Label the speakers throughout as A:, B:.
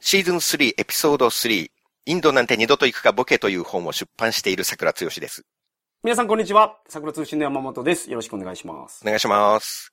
A: シーズン3エピソード3、インドなんて二度と行くかボケという本を出版している桜剛です。
B: 皆さんこんにちは。桜通信の山本です。よろしくお願いします
A: お。願いします。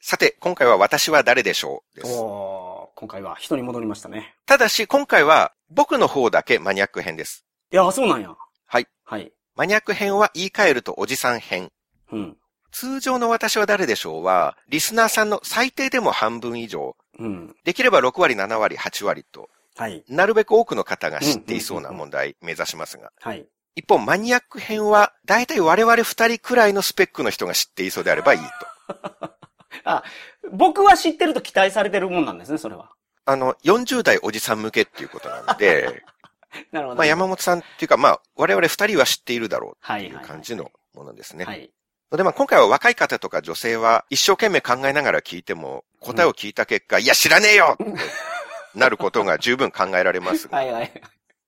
A: さて、今回は私は誰でしょうです。
B: おー今回は人に戻りましたね。
A: ただし、今回は僕の方だけマニアック編です。
B: いや、そうなんや。
A: はい。
B: はい。
A: マニアック編は言い換えるとおじさん編。
B: うん。
A: 通常の私は誰でしょうは、リスナーさんの最低でも半分以上、
B: うん。
A: できれば6割、7割、8割と、
B: はい。
A: なるべく多くの方が知っていそうな問題目指しますが。
B: はい。
A: 一方、マニアック編は、だいたい我々二人くらいのスペックの人が知っていそうであればいいと。
B: 僕は知ってると期待されてるもんなんですね、それは。
A: あの、40代おじさん向けっていうことなん で、
B: なるほど。
A: まあ山本さんっていうか、まあ我々二人は知っているだろう
B: は
A: って
B: い
A: いう
B: はい。
A: 感じのものですね。
B: はい。
A: で、まあ今回は若い方とか女性は一生懸命考えながら聞いても、答えを聞いた結果、いや知らねえよって なることが十分考えられますが
B: はいはい。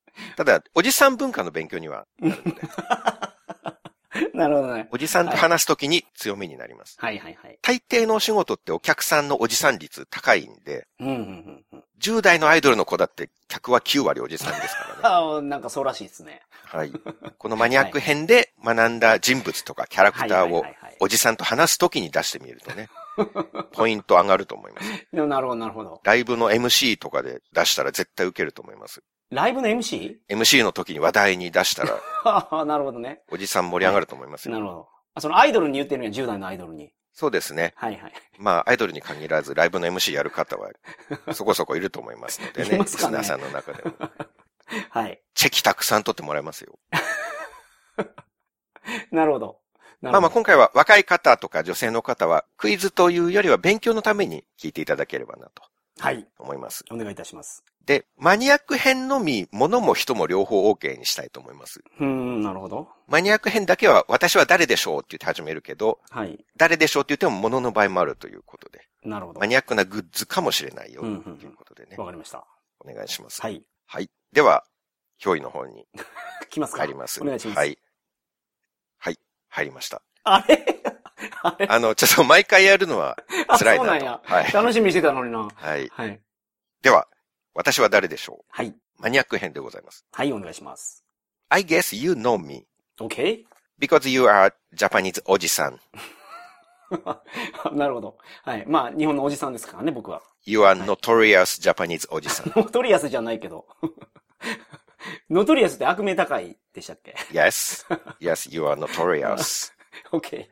A: ただ、おじさん文化の勉強にはなるので、
B: なるほどね。
A: おじさんと話すときに強みになります。
B: はいはいはい。
A: 大抵のお仕事ってお客さんのおじさん率高いんで、
B: うんうんうんうん。
A: 10代のアイドルの子だって客は9割おじさんですからね。
B: ああ、なんかそうらしいですね。
A: はい。このマニアック編で学んだ人物とかキャラクターを
B: はいはいはいはい
A: おじさんと話すときに出してみると ね、ポイント上がると思います。
B: でもなるほどなるほど。
A: ライブの MC とかで出したら絶対受けると思います。
B: ライブの MC?
A: MC の時に話題に出したら
B: はあ、 なるほどね。
A: おじさん盛り上がると思います
B: な
A: よ。
B: るほど。あそのアイドルに言ってるのは10代のアイドルに。
A: そうですね。
B: はいはい。
A: まあ、アイドルに限らずライブの MC やる方はそこそこいると思いますので
B: い
A: ね、
B: ますかね
A: リスナーさんの中で も。
B: はい。
A: チェキたくさん取ってもらえますよ。
B: なるほど。
A: ま
B: な
A: あま
B: るほ
A: あ
B: ど。
A: 今回は若い方とか女性の方はクイズというよりは勉強のために聞いていただければなと
B: はい。
A: 思います。
B: お願いいたします。
A: で、マニアック編のみ、物も人も両方 OK にしたいと思います。
B: うーん、なるほど。
A: マニアック編だけは私は誰でしょうって言って始めるけど、
B: はい。
A: 誰でしょうって言っても物の場合もあるということで、
B: なるほど。
A: マニアックなグッズかもしれないよ
B: うんうんうん
A: ということでね、
B: わかりました。
A: お願いします。。
B: はいい。
A: はい。では、表意の方に
B: 聞きますか
A: 入ります。
B: お願いします。
A: はい。はい。入りました。
B: あれあれ
A: あの、ちょっと毎回やるのは
B: あ、そう
A: 辛いなと。
B: なんや。
A: はい。
B: 楽しみにしてたのにな。
A: はい。
B: はい。
A: では、私は誰でしょ
B: はい。
A: うマニアック編でございます。
B: はい、お願いします。
A: I guess you know me
B: OK?
A: because you are Japanese おじさん。
B: なるほど。はい。まあ、日本のおじさんですからね、僕は。
A: You are notorious Japanese おじさん。
B: ノトリアスじゃないけど。 ノトリアスって悪名高いでしたっけ
A: yes. Yes, you are notorious.
B: ?OK。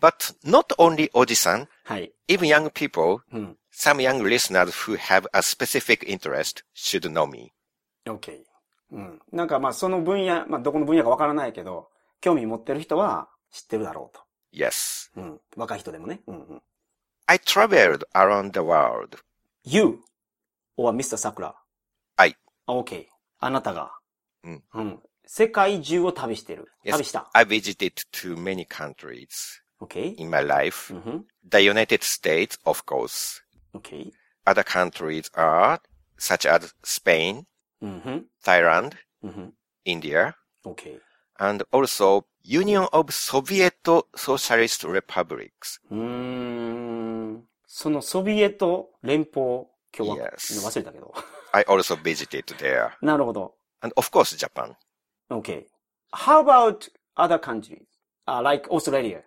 A: But not only おじさん、
B: はい。
A: even young people,
B: うん。
A: some young listeners who have a specific interest should know me.
B: OK。うん。なんかまあ、その分野、まあ、どこの分野かわからないけど、興味持ってる人は知ってるだろう
A: Yes.
B: と。うん。若い人でもね。うんうん。
A: I traveled around the world.
B: You or Mr. Sakura?
A: はい。
B: OK。あなたが。
A: うん。
B: うん。世界中を旅してる。
A: Yes
B: 旅した。
A: I visited to many countries
B: OK?
A: in my life.
B: うん
A: The United States, of course.
B: ふん。OK?
A: Other countries are such as Spain,
B: うんふん。
A: Thailand,
B: うんふん。
A: India,
B: OK。
A: and also Union of Soviet Socialist Republics.
B: うーん。そのソビエト連邦共和国。
A: Yes
B: 忘れたけど。
A: I also visited there.
B: なるほど。
A: And of course, Japan.
B: OK. How about other countries? Uh, like Australia?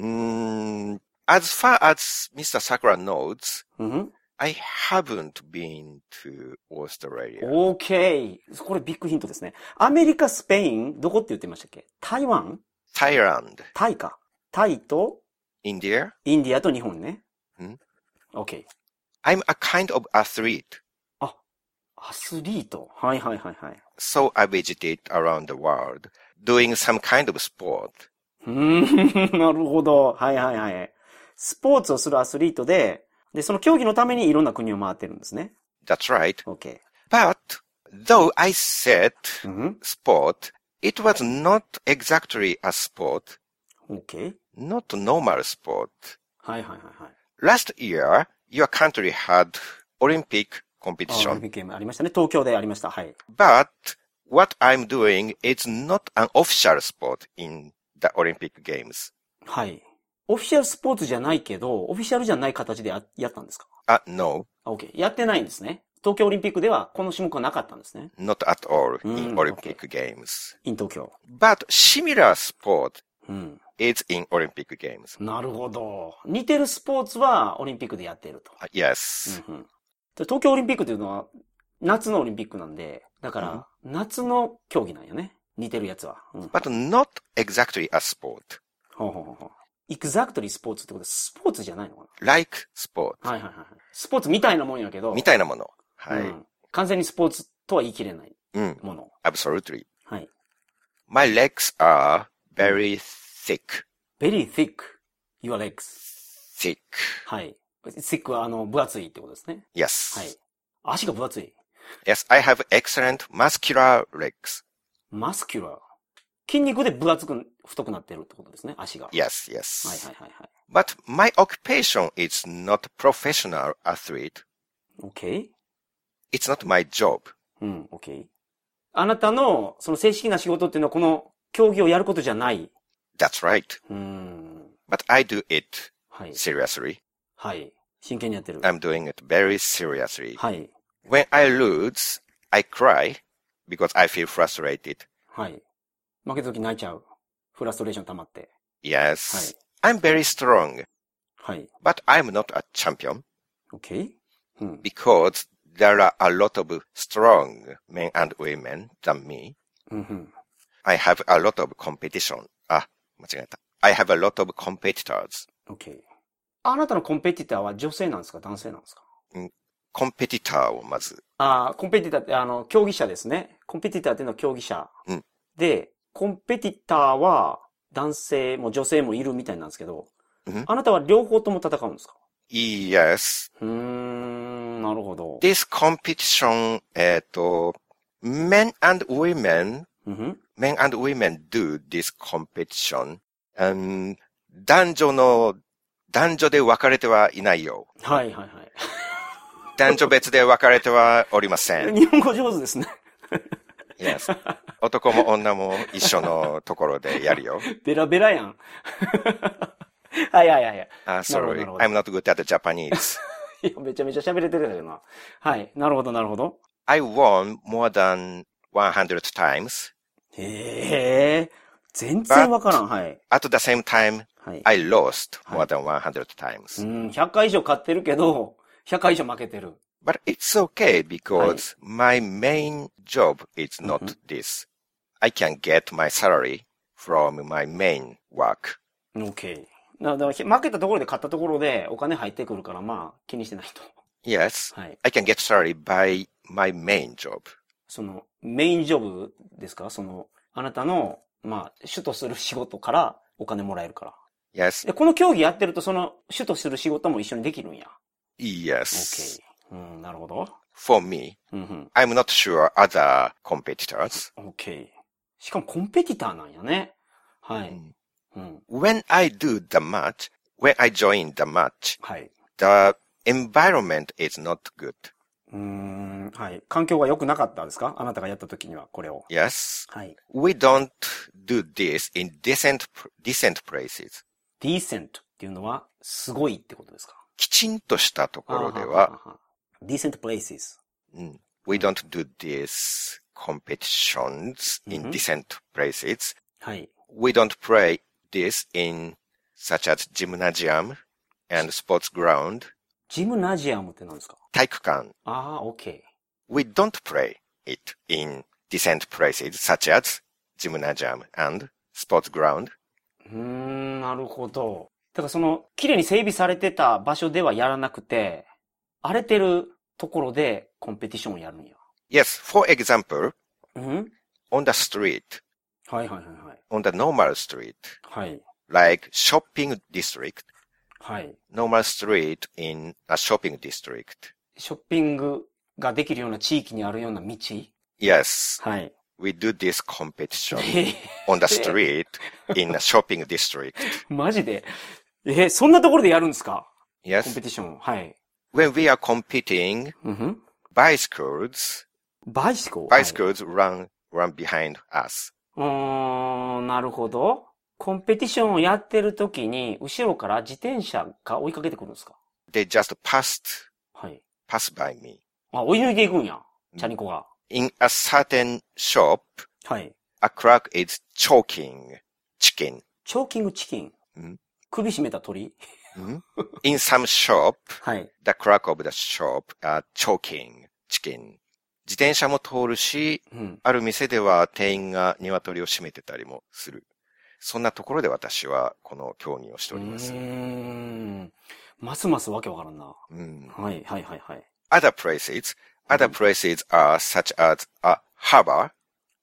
A: Mm, as far as Mr. Sakura knows,
B: うんふん。
A: I haven't been to Australia.
B: OK。これビッグヒントですね。アメリカ、スペイン、どこって言ってましたっけ台湾
A: Thailand,
B: タイか。タイと
A: India.
B: インディアと日本ね。
A: ん
B: ?OK。
A: I'm a kind of athlete,
B: アスリート。はいはいはいはい。
A: so I visited around the world doing some kind of sport.
B: うーん、な るほど。はいはいはい。スポーツをするアスリートで、で、その競技のためにいろんな国を回ってるんですね。
A: That's right.
B: OK。
A: But though I said
B: うん、
A: sport, it was not exactly a sport.
B: OK。
A: not normal sport.
B: はいはいはいはい。
A: Last year, your country had Olympic
B: あオリン
A: competition,
B: ピックゲームありましたね。東京でありました。はい。
A: but what I'm doing is not an official sport in the Olympic Games.
B: はい。オフィシャルスポーツじゃないけど、オフィシャルじゃない形でややったんですか
A: Uh, no,
B: あ ?OK。やってないんですね。東京オリンピックではこの種目はなかったんですね。
A: not at all in
B: Mm,
A: Olympic Games.
B: in 東京。
A: But similar sport
B: うん。
A: is in Olympic Games.
B: なるほど。似てるスポーツはオリンピックでやっていると。
A: Uh, Yes.
B: うんうんで東京オリンピックというのは夏のオリンピックなんで、だから夏の競技なんよね。似てるやつは。うん、
A: But not exactly a sport.
B: ほうほうほうほう。エクザクトリスポーツってことはスポーツじゃないのか
A: Like sport.
B: なはいはいはい。スポーツみたいなもんやけど。
A: みたいなもの。は
B: う
A: い。
B: ん完全にスポーツとは言い切れない
A: うん。
B: もの。
A: Mm, Absolutely.
B: はい。
A: My legs are very thick.
B: very thick, your legs.
A: Thick.
B: はい。thick はあの、分厚いってことですね。は
A: Yes.
B: い。足が分厚い。
A: Yes, I have excellent muscular legs.
B: マスキュラー。筋肉で分厚く、太くなってるってことですね、足が。はい
A: Yes,
B: はい
A: yes.
B: はいはい。
A: But my occupation is not professional athlete.
B: OK?
A: It's not my job.
B: うん、OK。あなたの、その正式な仕事っていうのはこの競技をやることじゃない。
A: That's right.
B: うーん。
A: But I do it
B: はい。
A: seriously.
B: はい。真剣にやってる。
A: I'm doing it very seriously.
B: はい。
A: When I lose, I cry because I feel frustrated.
B: はい。負けた時泣いちゃう。フラストレーション溜まって。
A: Yes. I'm very strong,
B: はい。
A: but I'm not a champion
B: OK? うん。
A: because there are a lot of strong men and women than me.
B: うんうん。
A: I have a lot of competition. あ、間違えた。I have a lot of competitors.
B: OK。あなたのコンペティターは女性なんですか男性なんですか
A: コンペティターをまず。
B: ああ、コンペティターって、あの、競技者ですね。コンペティターっていうのは競技者。
A: うん
B: で、コンペティターは男性も女性もいるみたいなんですけど、
A: うん
B: あなたは両方とも戦うんですか
A: Yes.
B: うーん、なるほど。
A: This competition, えっと、men and women
B: うんふん、
A: men and women do this competition. Um, 男女の、男女で分かれてはいないよ。
B: はいはい
A: 男女別で分かれてはおりませ
B: はい。
A: ん。
B: 日本語上手ですね。
A: Yes. 男も女も一緒のところでやるよ。
B: ベラベラやん。 はいはいはいはい。
A: あ、
B: なるほど
A: sorry.
B: なるほど
A: I'm not good at Japanese.
B: いやめちゃめちゃ喋れてるよな。はい。なるほどなるほど。
A: I won more than 100 times.
B: へえ、全然わからん。はい。
A: At the same time,
B: はい。
A: I lost more than 100
B: う
A: times.
B: ん、100回以上勝ってるけど、100回以上負けてる。
A: But it's okay because my main job is not this. I can get my salary from my main work.
B: OK。だから、負けたところで勝ったところでお金入ってくるから、まあ、気にしてないと。
A: Yes,
B: はい。
A: I can get salary by my main job.
B: その、メインジョブですかその、あなたの、まあ、主とする仕事からお金もらえるから。
A: Yes,
B: で、この競技やってると、その、主とする仕事も一緒にできるんや。
A: yes.
B: OK。うん、なるほど。
A: For me,
B: うん、
A: I'm not sure other competitors.
B: うん。OK。しかも、コンペティターなんやね。はい。
A: Mm.
B: うん。
A: When I do the match, when I join the match,
B: はい。
A: the environment is not good.
B: うーん、はい。環境が良くなかったですかあなたがやった時には、これを。
A: Yes,
B: はい。
A: we don't do this in decent, decent places.
B: decent っていうのは、すごいってことですか
A: きちんとしたところでは、
B: あーはーはーはー。decent places.
A: うん mm, we don't do these competitions
B: う
A: in
B: ん
A: decent places.
B: はい。
A: We don't play this in such as gymnasium and sports ground,
B: ジムナジアムって何ですか
A: 体育館。
B: ああ、OK。
A: We don't play it in decent places such as gymnasium and sports ground.
B: うーん、なるほど。だからその、綺麗に整備されてた場所ではやらなくて、荒れてるところでコンペティションをやるんや。
A: Yes, for example,
B: うん
A: on the street,
B: はいはいはいはい。
A: on the normal street,
B: はい。
A: like shopping district,
B: はい。
A: normal street in a shopping district.
B: ショッピングができるような地域にあるような道
A: Yes,
B: はい。
A: we do this competition
B: えー
A: on the street in a shopping district.
B: マジでえーそんなところでやるんですかコン
A: Yes.
B: ペティションを。はい。
A: When we are competing,
B: うんふん
A: bicycles,
B: バイシコ
A: bicycles run, run behind us.
B: うーん、なるほど。コンペティションをやってる時に、後ろから自転車が追いかけてくるんですか
A: They just passed,
B: はい。
A: passed by me.
B: あ、追い抜いていくんや。
A: うん
B: チャリコが。
A: In a certain shop,
B: はい。
A: a clerk is choking chicken.
B: チョーキングチキン。
A: うん
B: 首絞めた鳥
A: Hmm? In some shop,
B: はい。
A: the clerk of the shop are choking chicken. 自転車も通るし、
B: うん。
A: ある店では店員が鶏を締めてたりもする。そんなところで私はこの競技をしております
B: うー。ん。ますますわけわからんな。
A: うん
B: はい、はい、はい、はい。
A: Other places, other places are such as a harbor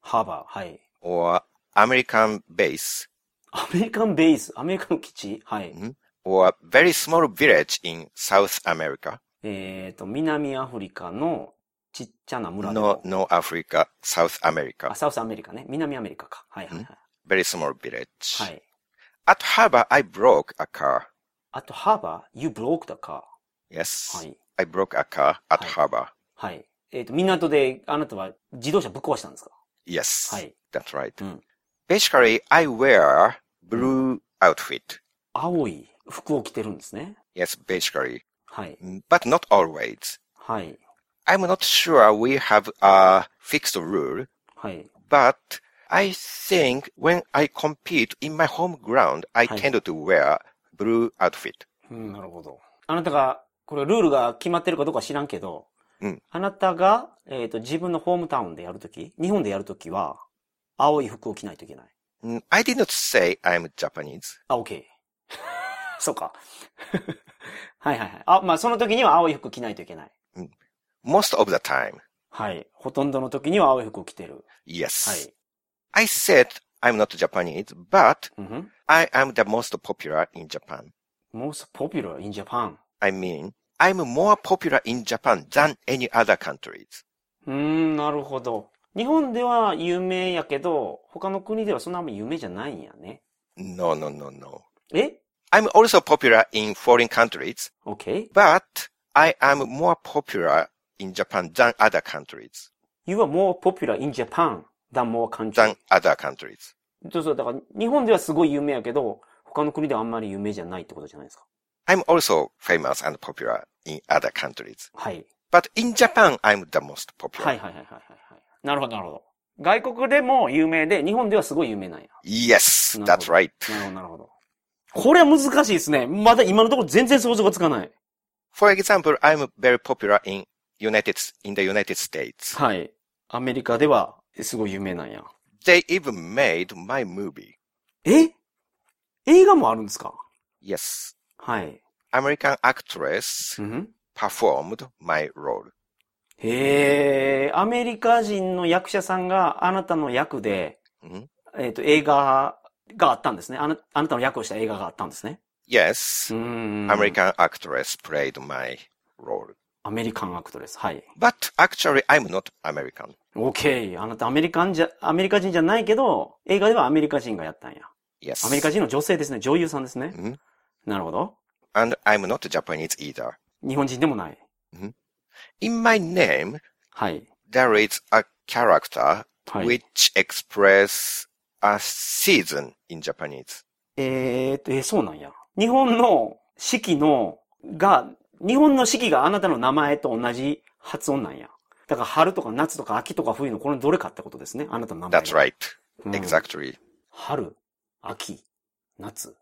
B: ハーバー、はい。
A: or American base
B: アメリカンベース、アメリカの基地はい。
A: or very small village in South America,
B: えっ、と、南アフリカのちっちゃな村でも
A: no, no Africa, South
B: あ、
A: America,
B: サウスアメリカね。南アメリカか。はいはいはい。
A: very small village.
B: はい。
A: At harbor, I broke a car.
B: あと、ハーバー、you broke the car.
A: Yes,
B: はい。
A: I broke a car at
B: はい
A: harbor.
B: はい。えっ、と、港であなたは自動車ぶっ壊したんですか
A: Yes,
B: はい。
A: that's right.
B: うん。
A: Basically, I wear blue outfit.
B: 青い服を着てるんですね。
A: Yes, basically, Mm,
B: はい。
A: but not always.
B: はい。
A: I'm not sure we have a fixed rule,
B: はい。
A: but I think when I compete in my home ground, I
B: Hi.
A: tend to wear blue outfit.
B: うん、なるほど。あなたが、これルールが決まってるかどうか知らんけど、
A: うん
B: あなたが、えっ、と、自分のホームタウンでやるとき、日本でやるときは、青い服を着ないといけない。
A: Mm, I did not say I'm Japanese.
B: あ、OK。そうか。 はいはいはい。あ、まあその時には青い服着ないといけない。
A: Most of the time,
B: はい。ほとんどの時には青い服を着てる。は
A: yes.
B: い。
A: I said I'm not Japanese, but
B: うんふん。
A: I am the most popular in Japan.
B: most popular in Japan.
A: I mean, I'm more popular in Japan than any other countries.
B: うーん、なるほど。日本では有名やけど、他の国ではそんなあんま有名じゃないんやね。
A: No, no, no, no.
B: え
A: I'm also popular in foreign countries,
B: ?OK?You
A: but I am more popular in Japan than other countries,
B: are more popular in Japan than more country.
A: than other countries.
B: そうそう、だから日本ではすごい有名やけど、他の国ではあんまり有名じゃないってことじゃないですか。
A: I'm also famous and popular in other countries,
B: はい。
A: but in Japan, I'm the most
B: は
A: popular.
B: いはいはいはいはいはい。なるほどなるほど。外国でも有名で、日本ではすごい有名なんや。
A: Yes,
B: なるほ
A: that's
B: ど。
A: right.
B: なるほどなるほど。これは難しいですね。まだ今のところ全然想像がつかない。
A: For example, I'm very popular in United, in the United States.
B: はい。アメリカではすごい有名なんや。
A: They even made my movie.
B: え映画もあるんですか
A: Yes.
B: はい。
A: American actress
B: うん、
A: performed my role.
B: へえ、アメリカ人の役者さんがあなたの役で、
A: Mhm.
B: えっ、と、映画があったんですねあな。あなたの役をした映画があったんですね。
A: Yes,
B: うん。
A: American actress played my role.
B: アメリカンアクトレス。はい。
A: But actually, I'm not American.
B: OK。あなたアメリカンじゃ、アメリカ人じゃないけど、映画ではアメリカ人がやったんや。
A: Yes.
B: アメリカ人の女性ですね。女優さんですね。
A: Mhm.
B: なるほど。
A: And I'm not Japanese either.
B: 日本人でもない。
A: In my name,
B: はい。
A: there is a character
B: はい。
A: which express a season in Japanese.
B: えーっと、えーそうなんや。日本の四季の、が、日本の四季があなたの名前と同じ発音なんや。だから春とか夏とか秋とか冬のこのどれかってことですね。あなたの名前
A: That's
B: が。
A: right.
B: うん
A: Exactly.
B: 春、秋、夏、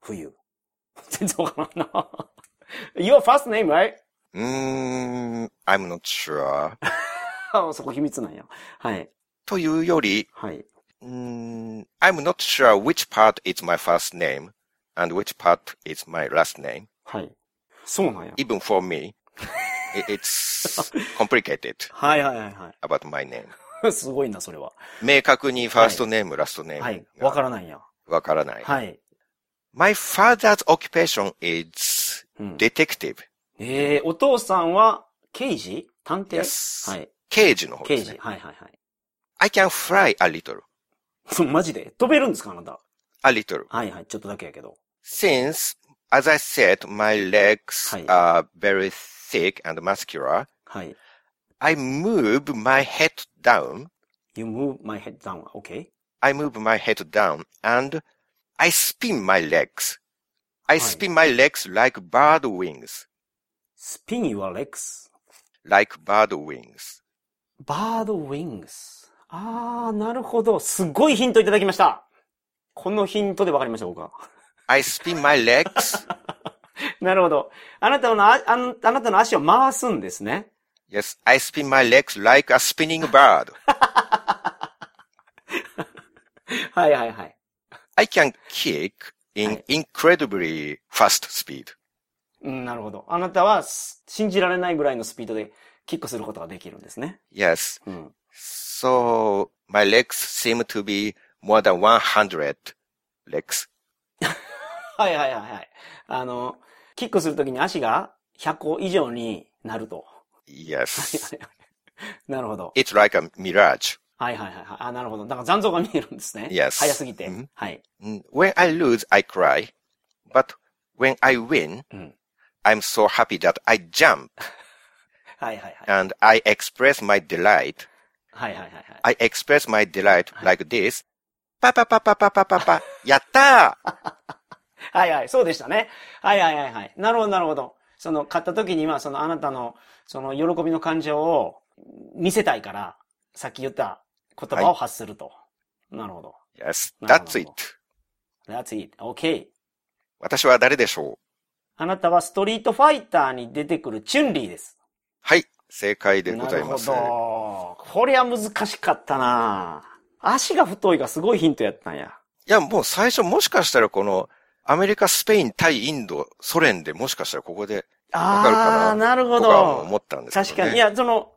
B: 冬。 全然わからんな。Your first name, right?
A: Mm, I'm not sure.
B: あそこ秘密なんや。はい。
A: というより、
B: はい。
A: Mm, I'm not sure which part is my first name and which part is my last name.
B: はい。そうなんや。
A: Even for me, i- it's complicated
B: はいはいはいは
A: about my name.
B: い。 すごいな、それは。
A: 明確にファーストネーム、ラストネ
B: はい
A: ー。ム
B: わ
A: が
B: からないんや。
A: わからない。
B: はい。
A: My father's occupation is
B: うん、
A: detective.
B: ええお父さんは、刑事探偵
A: Yes.
B: はい。
A: 刑事の方です
B: 刑事。
A: ね。
B: はいはいはい。
A: I can fly a little,
B: そうマジで飛べるんですかあなた。
A: a little.
B: はいはい。ちょっとだけやけど。
A: Since, as I said, my legs
B: はい
A: are very thick and muscular,
B: はい。
A: I move my head down
B: You move my head down. Okay?
A: I move my head down and I spin my legs. I
B: Right.
A: spin my legs like bird wings.
B: spin your legs.
A: like bird wings.
B: バードウィングス。あー、なるほど。すごいヒントいただきました。このヒントでわかりました、僕は。
A: I spin my legs.
B: なるほど。あなたのあ、あのあなたの足を回すんですね。
A: yes, I spin my legs like a spinning bird.
B: はいはいはい。
A: I can kick in incredibly fast speed.
B: うん、なるほど。あなたはす信じられないぐらいのスピードでキックすることができるんですね。
A: Yes.
B: うん。
A: So my legs seem to be more than 100 legs.
B: はいはいはいはい。あの、キックするときに足が100個以上になると。
A: Yes.
B: なるほど。
A: It's like a mirage.
B: はいはいはいはい。あ、なるほど。だから残像が見えるんですね。
A: Yes.
B: 早すぎて。
A: うん
B: はい。
A: Mm, When I lose, I cry. But when I win,
B: Mm.
A: I'm so happy that I jump
B: はいはいはい。
A: and I express my delight.
B: はいはいはいは
A: I
B: い。
A: express my delight like this. パパパパパパパパ。や ったー
B: はいはい、そうでしたね。はいはいはいはい。なるほどなるほど。その、買った時には、そのあなたの、その喜びの感情を見せたいから、さっき言った言葉を発すると。なるほど。
A: !Yes,
B: なるほ
A: that's
B: ど
A: it.
B: That's it. Okay.
A: 私は誰でしょう
B: あなたはストリートファイターに出てくるチュンリーです。
A: はい、正解でございます
B: な。るほど。こりゃ難しかったな足が太いがすごいヒントやったんや。
A: いや、もう最初もしかしたらこの、アメリカ、スペイン、タイ、インド、ソ連でもしかしたらここで、わかるかな
B: ああー、なるほ
A: 僕は思
B: ど。
A: ったんですけ
B: 確
A: ど、ね。
B: かに。い。や、その、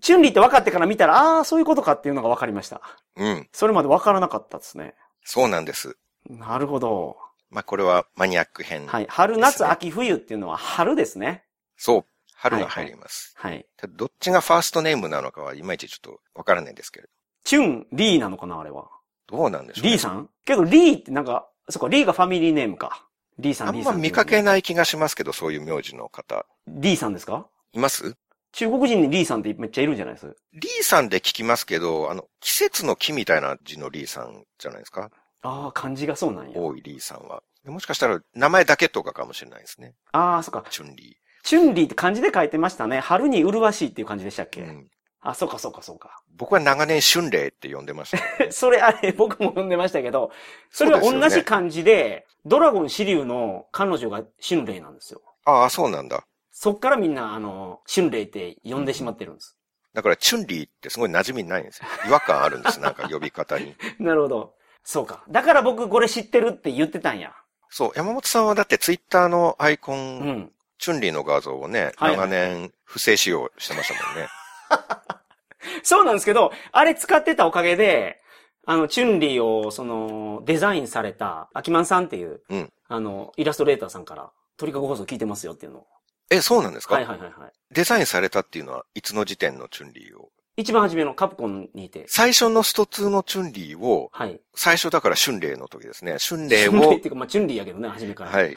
B: チュンリーって分かってから見たら、ああ、そういうことかっていうのが分かりました。
A: うん、
B: それまで分からなかったですね。
A: そうなんです。
B: なるほど。
A: まあ、これはマニアック編。
B: はい。春、
A: です
B: 夏、
A: ね
B: 秋、冬っていうのは春ですね。
A: そう。春が入ります。
B: はい。
A: ただどっちがファーストネームなのかはいまいちちょっとわからないんですけれ
B: チュン、リーなのかな、あれは。
A: ど。どうなんでしょう、ね、
B: リーさんけど、リーってなんか、そっか、リーがファミリーネームか。リーさ
A: あん
B: ん、リーさ
A: ま
B: ん。
A: 見かけない気がしますけど、そういう名字の方。
B: リーさんですか
A: います
B: 中国人にリーさんってめっちゃいるんじゃないです
A: リーさんで聞きますけど、あの、季節の木みたいな字のリーさんじゃないですか
B: ああ、漢字がそうなんや。
A: 多いリーさんは。もしかしたら名前だけとかかもしれないですね。
B: ああ、そっか。
A: チュンリ
B: チュンリーって漢字で書いてましたね。春に麗しいっていう感じでしたっけ、
A: ー。うん、
B: あ、そうかそうかそうか。
A: 僕は長年春麗って呼んで ましたけどね、
B: それあれ、僕も読んでましたけど、それは
A: そう
B: 同
A: ですよ
B: じ
A: ね
B: 漢字で、ドラゴン支流の彼女がシュンレイなんですよ。
A: ああ、そうなんだ。
B: そっからみんな、あの、シュンレイって呼んでしまってるんです。
A: だから、チュンリーってすごい馴染みないんですよ。違和感あるんです、なんか呼び方に。
B: なるほど。そうか。だから僕これ知ってるって言ってたんや。
A: そう、山本さんはだってツイッターのアイコン、
B: うん。
A: チュンリーの画像をね、
B: はい
A: 長年不正使用してましたもんね。
B: そうなんですけど、あれ使ってたおかげで、あの、チュンリーを、その、デザインされた、アキマンさんっていう、
A: うん
B: あの、イラストレーターさんから、鳥かご放送聞いてますよっていうのを。
A: え、そうなんですか、
B: はいはいはいはい。
A: デザインされたっていうのは、いつの時点のチュンリーを。
B: 一番初めのカプコンにいて。
A: 最初のスト2のチュンリーを、
B: はい。
A: 最初だから春麗の時ですね。春
B: チ
A: 麗
B: ュンリー
A: を
B: っ、ていうか、まあ、チュンリーやけどね、初めから。。
A: はいい。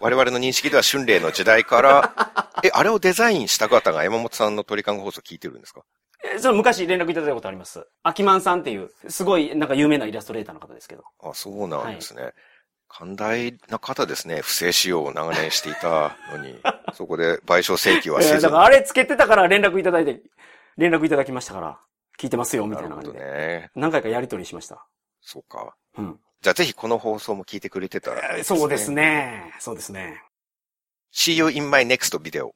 A: 我々の認識では春麗の時代から、 え、あれをデザインした方が山本さんの鳥かご放送聞いてるんですか
B: その昔連絡いただいたことあります。アキマンさんっていう、すごい、なんか有名なイラストレーターの方ですけど。
A: あ、そうなんですね。寛大な方ですね。不正使用を長年していたのに、そこで賠償請求は
B: え
A: せ
B: ー
A: ず
B: だ
A: に
B: からあれつけてたから連絡いただいて、連絡いただきましたから、聞いてますよ、
A: な
B: みたい
A: る
B: な
A: ほ
B: 感じ
A: ど
B: で。
A: ね。
B: 何回かやりとりしました。
A: そうか。
B: うん。
A: じゃあぜひこの放送も聞いてくれてたら、
B: そうです。ね。そうですね。
A: See you in my next video.